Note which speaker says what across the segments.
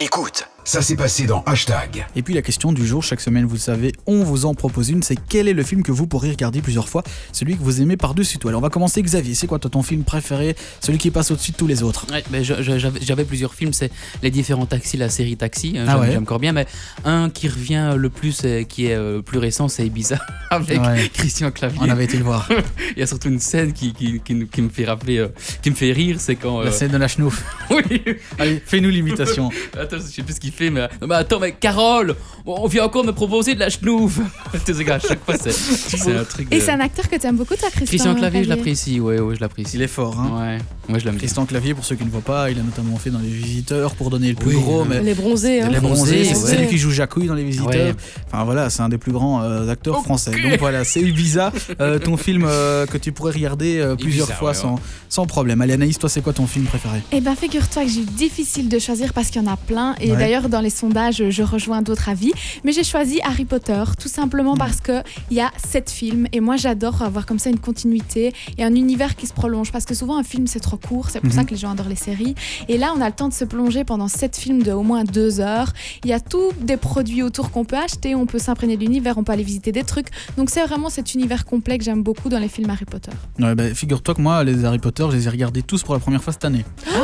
Speaker 1: Écoute, ça s'est passé dans Hashtag.
Speaker 2: Et puis la question du jour, chaque semaine, vous le savez, on vous en propose une, c'est quel est le film que vous pourrez regarder plusieurs fois, celui que vous aimez par-dessus tout. Alors on va commencer Xavier, c'est quoi toi, ton film préféré, celui qui passe au-dessus de tous les autres
Speaker 3: Ouais, ben, je- je- j'avais j'avais plusieurs films, c'est les différents taxis, la série Taxi, euh,
Speaker 2: Ah
Speaker 3: j'aime-
Speaker 2: ouais.
Speaker 3: j'aime encore bien, mais un qui revient le plus, euh, qui est euh, plus récent, c'est Ibiza, avec
Speaker 2: Ouais.
Speaker 3: Christian Clavier.
Speaker 2: On avait été le voir,
Speaker 3: Il y a surtout une scène qui, qui, qui nous- qui me fait rappeler, euh, qui me fait rire, c'est quand...
Speaker 2: la
Speaker 3: euh,
Speaker 2: scène de la chenouf.
Speaker 3: oui,
Speaker 2: Allez, fais-nous l'imitation.
Speaker 3: attends, je sais plus ce qu'il fait, mais... Non, mais attends, mais Carole, on vient encore me proposer de la chenouf Tu sais, à chaque fois, c'est- c'est un truc de...
Speaker 4: Et c'est un acteur que tu aimes beaucoup, toi, Christian
Speaker 3: Christian Clavier, je
Speaker 4: Clavier.
Speaker 3: l'apprécie, ouais, ouais, je l'apprécie.
Speaker 2: Il est fort, hein
Speaker 3: Ouais, moi je l'aime bien.
Speaker 2: Tristan Clavier, pour ceux qui ne voient pas, il a notamment fait dans Les Visiteurs pour donner le plus
Speaker 3: Oui,
Speaker 2: gros,
Speaker 3: oui.
Speaker 2: mais
Speaker 5: Les bronzés, hein.
Speaker 2: Les
Speaker 3: Bronzés,
Speaker 2: Bronzés, c'est
Speaker 3: ouais.
Speaker 2: celui qui joue Jacouille dans Les Visiteurs.
Speaker 3: Ouais.
Speaker 2: Enfin voilà, c'est un des plus grands euh, acteurs français. Donc voilà, c'est Ibiza, euh, ton film euh, que tu pourrais regarder euh, plusieurs
Speaker 3: Ibiza,
Speaker 2: fois
Speaker 3: ouais,
Speaker 2: sans, sans problème. Allez Anaïs, toi c'est quoi ton film préféré
Speaker 4: Eh ben, figure-toi que j'ai eu difficile de choisir parce qu'il y en a plein. Et
Speaker 2: Ouais.
Speaker 4: d'ailleurs, dans les sondages, je rejoins d'autres avis. Mais j'ai choisi Harry Potter, tout simplement
Speaker 5: Mm.
Speaker 4: parce que il y a sept films. Et moi, j'adore avoir comme ça une continuité et un univers qui se prolonge. Parce que souvent, un film, c'est trop court. C'est
Speaker 2: Mhm.
Speaker 4: pour
Speaker 5: Mm-hmm.
Speaker 4: ça que les gens adorent les séries. Et là, on a le temps de se plonger pendant sept films de au moins deux heures. Il y a tous des produits autour qu'on peut acheter. On peut s'imprégner de l'univers, on peut aller visiter des trucs. Donc, c'est vraiment cet univers complet que j'aime beaucoup dans les films Harry Potter.
Speaker 2: Ouais, bah, Figure-toi que moi, les Harry Potter, je les ai regardés tous pour la première fois cette année.
Speaker 3: Purée,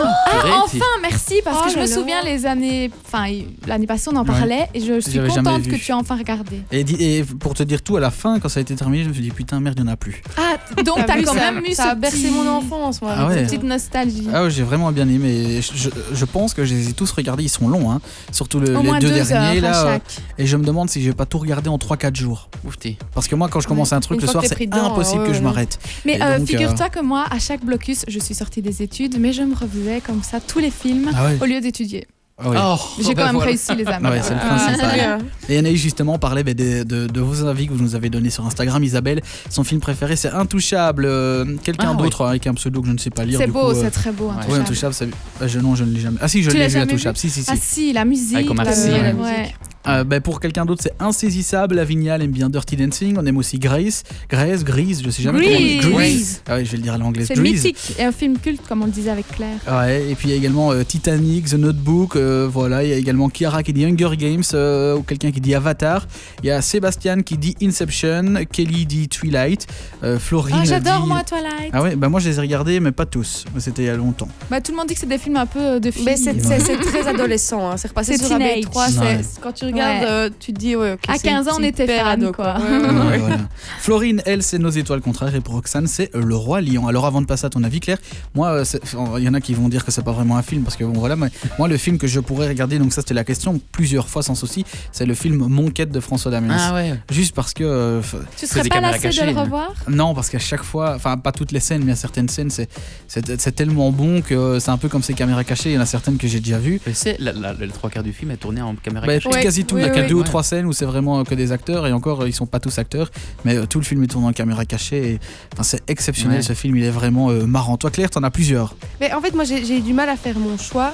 Speaker 4: Ah, enfin,
Speaker 3: puis-
Speaker 4: merci parce
Speaker 5: Oh
Speaker 4: que je
Speaker 5: là
Speaker 4: me
Speaker 5: là.
Speaker 4: souviens les années, enfin y- l'année passée on en
Speaker 2: Ouais.
Speaker 4: parlait et je suis
Speaker 2: J'avais jamais
Speaker 4: contente
Speaker 2: vu.
Speaker 4: que tu aies enfin regardé.
Speaker 2: Et, di- et pour te dire tout, à la fin, quand ça a été terminé, je me suis dit putain, merde, il n'y en a plus.
Speaker 4: Ah donc t'as
Speaker 5: vu,
Speaker 4: quand
Speaker 5: ça-
Speaker 4: même eu
Speaker 5: ça a
Speaker 4: ce
Speaker 5: bercé
Speaker 4: petit-
Speaker 5: mon enfance, moi.
Speaker 2: Ah
Speaker 5: avec
Speaker 2: ouais.
Speaker 5: cette
Speaker 4: petite
Speaker 5: petite-
Speaker 4: nostalgie.
Speaker 2: Ah ouais, j'ai vraiment bien aimé. Je, je- je pense que je les ai tous regardés, ils sont longs, hein. surtout le-
Speaker 4: Au
Speaker 2: les
Speaker 4: moins
Speaker 2: deux,
Speaker 4: deux,
Speaker 2: derniers.
Speaker 4: heures
Speaker 2: là,
Speaker 4: à
Speaker 2: euh,
Speaker 4: chaque.
Speaker 2: et je me demande si je vais pas tout regarder en 3-4 jours.
Speaker 3: Ouf, t'es-
Speaker 2: Parce que moi, quand je commence un truc
Speaker 5: Une
Speaker 2: le
Speaker 5: fois
Speaker 2: soir,
Speaker 5: que t'es
Speaker 2: c'est
Speaker 5: pris dedans,
Speaker 2: impossible
Speaker 5: ouais,
Speaker 2: que je
Speaker 5: ouais.
Speaker 2: m'arrête.
Speaker 4: Mais
Speaker 2: Et
Speaker 4: euh,
Speaker 2: donc, euh,
Speaker 4: figure-toi que moi à chaque blocus je suis sortie des études mais je me refaisais comme ça tous les films
Speaker 2: Ah ouais.
Speaker 4: au lieu d'étudier.
Speaker 2: Ah oui.
Speaker 3: Oh,
Speaker 4: J'ai quand
Speaker 3: ben
Speaker 4: même
Speaker 3: voilà.
Speaker 4: réussi les amis.
Speaker 2: Ah ouais, c'est le
Speaker 5: Ah,
Speaker 2: principal.
Speaker 5: sérieux.
Speaker 2: Et Anaïs justement parlait ben, des- de, de vos avis que vous nous avez donnés sur Instagram. Isabelle, son film préféré c'est Intouchable. Euh, Quelqu'un
Speaker 3: Ah,
Speaker 2: d'autre hein, avec un pseudo que je ne sais pas lire.
Speaker 4: C'est
Speaker 2: du
Speaker 4: beau,
Speaker 2: coup, euh,
Speaker 4: c'est très beau.
Speaker 3: ouais,
Speaker 2: Oui,
Speaker 4: Intouchable.
Speaker 2: Intouchable, c'est- Ah, je, non, je ne l'ai jamais. Ah si, je
Speaker 4: Tu
Speaker 2: l'ai
Speaker 4: l'as
Speaker 2: vu,
Speaker 4: jamais vu
Speaker 2: Intouchable. Si, si, si.
Speaker 4: Ah si, la musique,
Speaker 3: Avec Omar
Speaker 4: la-
Speaker 3: Sy,
Speaker 4: ouais.
Speaker 5: ouais.
Speaker 4: ouais.
Speaker 2: Euh, ben, pour quelqu'un d'autre, c'est Insaisissable. Avignal aime bien Dirty Dancing. On aime aussi Grace. Grace, Grise, je sais jamais
Speaker 4: Grease.
Speaker 2: comment on dit.
Speaker 4: Grease.
Speaker 2: Ah oui, je vais le dire à l'anglaise.
Speaker 4: C'est
Speaker 2: Grease.
Speaker 4: mythique et un film culte comme on le disait avec Claire.
Speaker 2: Ouais, et puis il y a également euh, Titanic, The Notebook, euh, voilà, il y a également Kiara qui dit Hunger Games, euh, ou quelqu'un qui dit Avatar, il y a Sébastien qui dit Inception, Kelly dit Twilight, euh, Florine
Speaker 4: Ah j'adore
Speaker 2: dit-
Speaker 4: moi Twilight.
Speaker 2: Ah ouais, bah moi je les ai regardés, mais pas tous, c'était il y a longtemps.
Speaker 4: Bah, tout le monde dit que c'est des films un peu euh, de filles.
Speaker 5: Mais c'est c'est- c'est très adolescent, hein. c'est repassé
Speaker 4: C'est
Speaker 5: sur AB3.
Speaker 4: teenage.
Speaker 2: Ouais.
Speaker 5: c'est- Quand tu regardes,
Speaker 4: Ouais.
Speaker 5: euh, tu te dis, ouais, ok.
Speaker 4: À
Speaker 5: c'est
Speaker 4: 15 ans, on
Speaker 5: hyper
Speaker 4: était fans,
Speaker 5: ado,
Speaker 4: quoi.
Speaker 5: Ouais, ouais,
Speaker 2: Ouais,
Speaker 5: ouais.
Speaker 2: voilà. Florine, elle, c'est nos étoiles contraires, et pour Roxane, c'est le roi lion. Alors avant de passer à ton avis, Claire, moi, euh, c'est- il y en a qui vont dire que c'est pas vraiment un film, parce que bon voilà, mais moi le film que je pourrais regarder, donc ça c'était la question, plusieurs fois sans souci, c'est le film Monquête de François Damiens.
Speaker 3: Ah ouais.
Speaker 2: Juste parce que euh, f-
Speaker 4: Tu
Speaker 3: C'est
Speaker 4: serais
Speaker 3: des
Speaker 4: pas
Speaker 3: caméras
Speaker 4: lassé de
Speaker 2: hein.
Speaker 3: cachées,
Speaker 4: le
Speaker 3: là.
Speaker 4: revoir
Speaker 2: Non, parce qu'à chaque fois, enfin pas toutes les scènes, mais à certaines scènes, c'est- c'est c'est tellement bon que c'est un peu comme ces caméras cachées. Il y en a certaines que j'ai déjà vues.
Speaker 3: Mais c'est la, la- le trois quarts du film est tourné en caméra
Speaker 2: Bah,
Speaker 3: cachée.
Speaker 5: Ouais,
Speaker 2: quasi tout, il
Speaker 5: ouais,
Speaker 2: n'y a que
Speaker 5: ouais.
Speaker 2: deux ou
Speaker 3: Ouais.
Speaker 2: trois scènes où c'est vraiment euh, que des acteurs et encore euh, ils sont pas tous acteurs, mais euh, tout le film est tourné en caméra cachée. et, Enfin c'est exceptionnel
Speaker 3: Ouais.
Speaker 2: ce film, il est vraiment euh, marrant. Toi Claire, t'en as plusieurs.
Speaker 5: Mais en fait, moi, j'ai j'ai eu du mal à faire mon choix.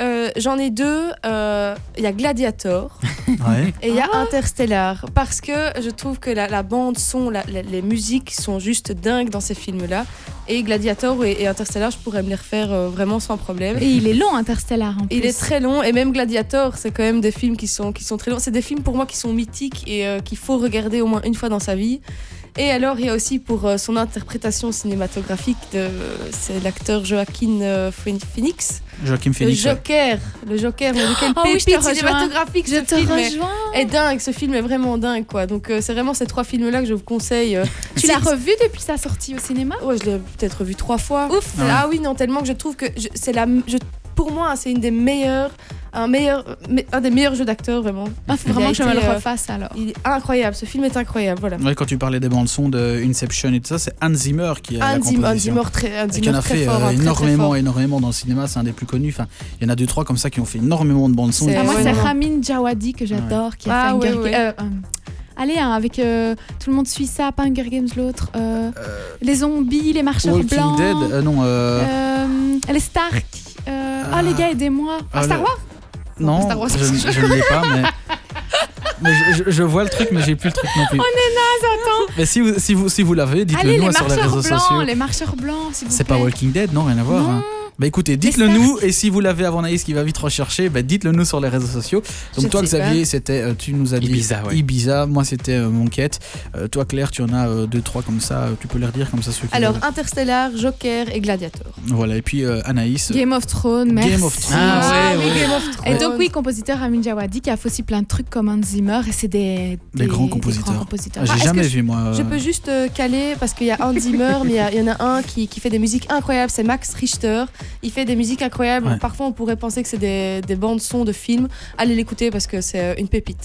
Speaker 5: Euh, J'en ai deux. euh, Il y a Gladiator
Speaker 2: Ouais.
Speaker 5: et il y
Speaker 4: Ah.
Speaker 5: a Interstellar. Parce que je trouve que la, la bande son, la- la- les musiques sont juste dingues dans ces films-là. Et Gladiator et, et Interstellar, je pourrais me les refaire euh, vraiment sans problème.
Speaker 4: Et il est long, Interstellar. En
Speaker 5: Il
Speaker 4: plus.
Speaker 5: est très long et même Gladiator, c'est quand même des films qui sont, qui sont très longs. C'est des films pour moi qui sont mythiques et euh, qu'il faut regarder au moins une fois dans sa vie. Et alors il y a aussi pour euh, son interprétation cinématographique, de, c'est l'acteur Joaquin euh, Phoen- Phoenix.
Speaker 2: Joachim
Speaker 5: Le
Speaker 2: Phoenix. ouais.
Speaker 5: Joker, le Joker, mon Dieu, quelle
Speaker 4: Oh oui, je te
Speaker 5: pépite
Speaker 4: rejoins.
Speaker 5: cinématographique
Speaker 4: Je
Speaker 5: ce
Speaker 4: te
Speaker 5: film est-
Speaker 4: rejoins.
Speaker 5: est dingue, ce film est vraiment dingue quoi. Donc euh, c'est vraiment ces trois films là que je vous conseille. euh.
Speaker 4: Tu l'as revu depuis sa sortie au cinéma
Speaker 5: Ouais, je l'ai peut-être revu trois fois.
Speaker 4: Ouf.
Speaker 2: Ouais.
Speaker 5: Ah oui, non, tellement que je trouve que je- c'est la. je- pour moi, hein, c'est une des meilleures. Un, meilleur, mais- un des meilleurs jeux d'acteurs, vraiment.
Speaker 4: Ah, faut
Speaker 5: Il
Speaker 4: vraiment
Speaker 5: a
Speaker 4: que je me le
Speaker 5: été, euh,
Speaker 4: refasse alors.
Speaker 5: Il est incroyable, ce film est incroyable, voilà.
Speaker 2: Ouais, quand tu parlais des bandes son de Inception et tout ça, c'est Hans Zimmer qui a la
Speaker 5: Un Zimmer, un
Speaker 2: composition.
Speaker 5: Zimmer très,
Speaker 2: et
Speaker 5: un
Speaker 2: qui en
Speaker 5: Zimmer
Speaker 2: a
Speaker 5: très
Speaker 2: fait
Speaker 5: fort.
Speaker 2: euh,
Speaker 5: hein, très, très
Speaker 2: énormément,
Speaker 5: fort.
Speaker 2: énormément dans le cinéma. C'est un des plus connus. Enfin, il y en a deux, trois comme ça qui ont fait énormément de bandes son.
Speaker 5: C'est-
Speaker 4: Ah, moi,
Speaker 5: ouais,
Speaker 4: c'est
Speaker 5: non.
Speaker 4: Ramin Djawadi que j'adore, qui a
Speaker 5: Ah,
Speaker 4: fait
Speaker 5: ouais,
Speaker 4: Hunger
Speaker 5: ouais.
Speaker 4: Games. euh, euh, Allez, hein, avec euh, tout le monde suit ça, pas Hunger Games l'autre. euh, Les zombies, les marcheurs
Speaker 2: Walking
Speaker 4: blancs.
Speaker 2: Dead, euh, non, euh,
Speaker 4: euh, les Stark. euh,
Speaker 2: Ah.
Speaker 4: oh les gars, aidez-moi. Ah,
Speaker 2: Ah,
Speaker 4: Star
Speaker 2: le-
Speaker 4: Wars
Speaker 2: non,
Speaker 5: Star Wars.
Speaker 2: je, je ne l'ai pas, mais, mais je, je- je vois le truc, mais j'ai plus le truc non plus. On est naze, attends. Mais si vous, si vous, si vous l'avez, dites-le
Speaker 4: Allez, les
Speaker 2: nous sur les
Speaker 4: marcheurs
Speaker 2: réseaux
Speaker 4: blancs,
Speaker 2: sociaux.
Speaker 4: les marcheurs blancs, s'il vous
Speaker 2: C'est
Speaker 4: plaît.
Speaker 2: pas Walking Dead, non, rien à voir.
Speaker 4: Non.
Speaker 2: hein. Bah écoutez, dites-le nous et si vous l'avez avant Naïs qui va vite rechercher, bah dites-le nous sur les réseaux sociaux. Donc
Speaker 5: Je
Speaker 2: toi
Speaker 5: ne sais
Speaker 2: Xavier, c'était euh, tu nous as dit
Speaker 3: Ibiza, ouais.
Speaker 2: Ibiza, moi c'était euh, Monquette. Euh, toi Claire, tu en as euh, deux trois comme ça, euh, tu peux les redire comme ça ceux qui
Speaker 5: Alors,
Speaker 2: veulent.
Speaker 5: Interstellar, Joker et Gladiator.
Speaker 2: voilà et puis euh, Anaïs. euh,
Speaker 4: Game of Thrones, merci.
Speaker 2: Game of Thrones.
Speaker 3: Ah, ouais,
Speaker 5: oui,
Speaker 3: ouais.
Speaker 5: Game of Thrones.
Speaker 4: Et donc oui, compositeur Amin Djawadi qui a fait aussi plein de trucs comme Hans Zimmer et c'est des,
Speaker 2: Des grands compositeurs.
Speaker 4: compositeurs.
Speaker 2: J'ai
Speaker 5: Ah, est-ce
Speaker 2: jamais
Speaker 5: que
Speaker 2: vu moi.
Speaker 5: Je peux juste euh, caler parce qu'il y a Hans Zimmer, mais il y a- il y, en a un qui, qui fait des musiques incroyables, c'est Max Richter. Il fait des musiques incroyables.
Speaker 2: Ouais.
Speaker 5: Parfois, on pourrait penser que c'est des, des bandes son de films. Allez l'écouter parce que c'est euh, une pépite.